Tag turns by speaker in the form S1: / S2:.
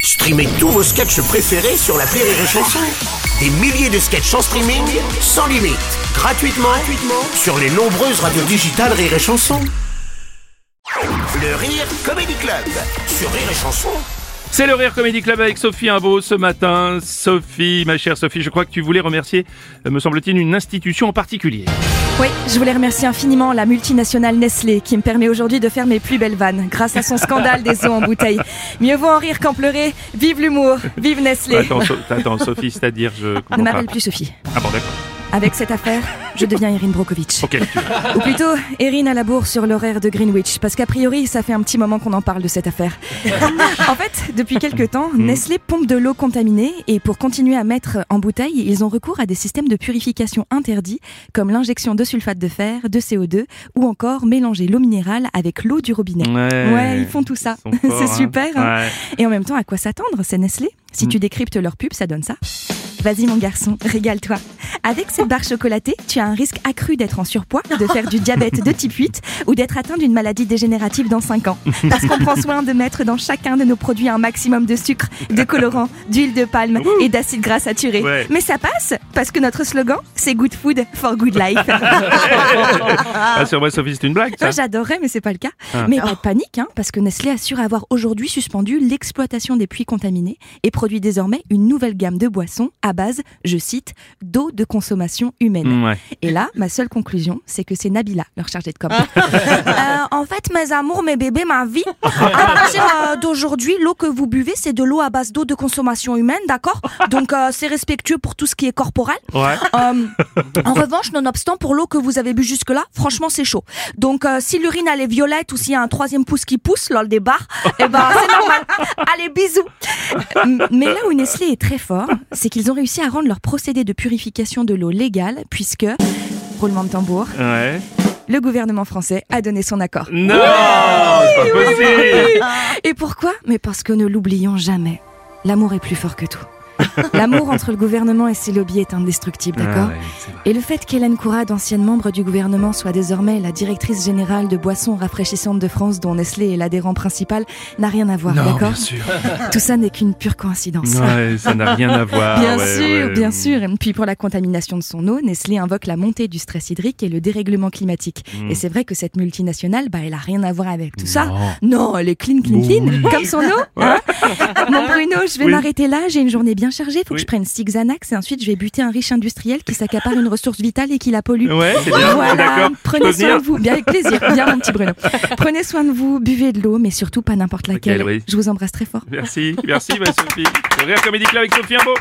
S1: Streamez tous vos sketchs préférés sur la Rire et Chanson. Des milliers de sketchs en streaming, sans limite, gratuitement, gratuitement sur les nombreuses radios digitales Rire et Chanson. Le Rire Comedy Club sur Rire et Chanson.
S2: C'est le Rire Comedy Club avec Sophie Imbeau ce matin. Sophie, ma chère Sophie, je crois que tu voulais remercier, euh, me semble-t-il, une institution en particulier.
S3: Oui, je voulais remercier infiniment la multinationale Nestlé qui me permet aujourd'hui de faire mes plus belles vannes grâce à son scandale des eaux en bouteille. Mieux vaut en rire qu'en pleurer. Vive l'humour, vive Nestlé.
S2: Attends, So- attends, Sophie, c'est-à-dire, je
S3: ne
S2: comprends pas.
S3: m'appelle plus Sophie.
S2: Ah bon, d'accord.
S3: Avec cette affaire, je deviens Erin Brokovich.
S2: Ok, tu-
S3: Ou plutôt, Erin à la bourre sur l'horaire de Greenwich. Parce qu'a priori, ça fait un petit moment qu'on en parle de cette affaire. en fait, depuis quelques temps, Nestlé pompe de l'eau contaminée et pour continuer à mettre en bouteille, ils ont recours à des systèmes de purification interdits, comme l'injection de sulfate de fer, de CO2 ou encore mélanger l'eau minérale avec l'eau du robinet.
S2: Ouais.
S3: Ouais, ils font tout ça.
S2: Ils sont forts,
S3: C'est
S2: hein.
S3: super, hein.
S2: Ouais.
S3: Et en même temps, à quoi s'attendre C'est Nestlé. Si tu décryptes leur pub, ça donne ça. Vas-y mon garçon, régale-toi. Avec cette barre chocolatée, tu as un risque accru d'être en surpoids, de faire du diabète de type 8 ou d'être atteint d'une maladie dégénérative dans 5 ans. Parce qu'on prend soin de mettre dans chacun de nos produits un maximum de sucre, de colorant, d'huile de palme et d'acide gras saturé.
S2: Ouais.
S3: Mais ça passe parce que notre slogan, c'est Good Food for Good Life.
S2: Ah, sur moi, Sophie, c'est une blague, ça
S3: Ouais, J'adorerais, mais c'est pas le cas.
S2: Ah.
S3: Mais pas de panique, hein, parce que Nestlé assure avoir aujourd'hui suspendu l'exploitation des puits contaminés et produit désormais une nouvelle gamme de boissons à base, je cite, d'eau de consommation humaine.
S2: Mm, ouais.
S3: Et là, ma seule conclusion, c'est que c'est Nabila, leur chargée de com. Euh, en fait, mes amours, mes bébés, ma vie, à partir euh, d'aujourd'hui, l'eau que vous buvez, c'est de l'eau à base d'eau de consommation humaine, d'accord Donc, euh, c'est respectueux pour tout ce qui est corporel.
S2: Ouais.
S3: Euh, en revanche, nonobstant, pour l'eau que vous avez bu jusque-là, franchement, c'est chaud. Donc, euh, si l'urine, elle est violette ou s'il y a un troisième pouce qui pousse, lol des barres, eh ben, c'est normal. Allez, bisous. M- Mais là où Nestlé est très fort, c'est qu'ils ont réussi à rendre leur procédé de purification de l'eau légal, puisque, roulement de tambour,
S2: Ouais.
S3: le gouvernement français a donné son accord.
S2: Non, c'est pas possible.
S3: Et pourquoi Mais parce que ne l'oublions jamais. L'amour est plus fort que tout. L'amour entre le gouvernement et ses lobbies est indestructible, d'accord
S2: Ah, ouais, c'est vrai.
S3: Et le fait qu'Hélène Courade, ancienne membre du gouvernement, soit désormais la directrice générale de boissons rafraîchissantes de France, dont Nestlé est l'adhérent principal, n'a rien à voir,
S2: Non, bien
S3: d'accord
S2: sûr.
S3: Tout ça n'est qu'une pure coïncidence.
S2: Ouais, ça n'a rien à voir.
S3: Bien
S2: Ah ouais,
S3: sûr,
S2: ouais.
S3: bien sûr. Et Puis pour la contamination de son eau, Nestlé invoque la montée du stress hydrique et le dérèglement climatique.
S2: Mm.
S3: Et c'est vrai que cette multinationale, bah, elle a rien à voir avec tout ça.
S2: Non.
S3: Non, elle est clean, clean, clean, comme son eau. hein. Mon Bruno, je vais
S2: Oui.
S3: m'arrêter là, j'ai une journée bien chargée, faut
S2: Oui.
S3: que je prenne six Xanax et ensuite je vais buter un riche industriel qui s'accapare une ressource vitale et qui la pollue.
S2: Ouais, c'est bien.
S3: Voilà,
S2: D'accord. Je
S3: prenez
S2: peux
S3: soin
S2: venir
S3: de vous. Bien avec plaisir, bien mon petit Bruno. Prenez soin de vous, buvez de l'eau, mais surtout pas n'importe laquelle.
S2: oui.
S3: Je vous embrasse très fort.
S2: Merci, merci, ma Sophie. Le Rire Comedy Club avec Sophie Imbeau.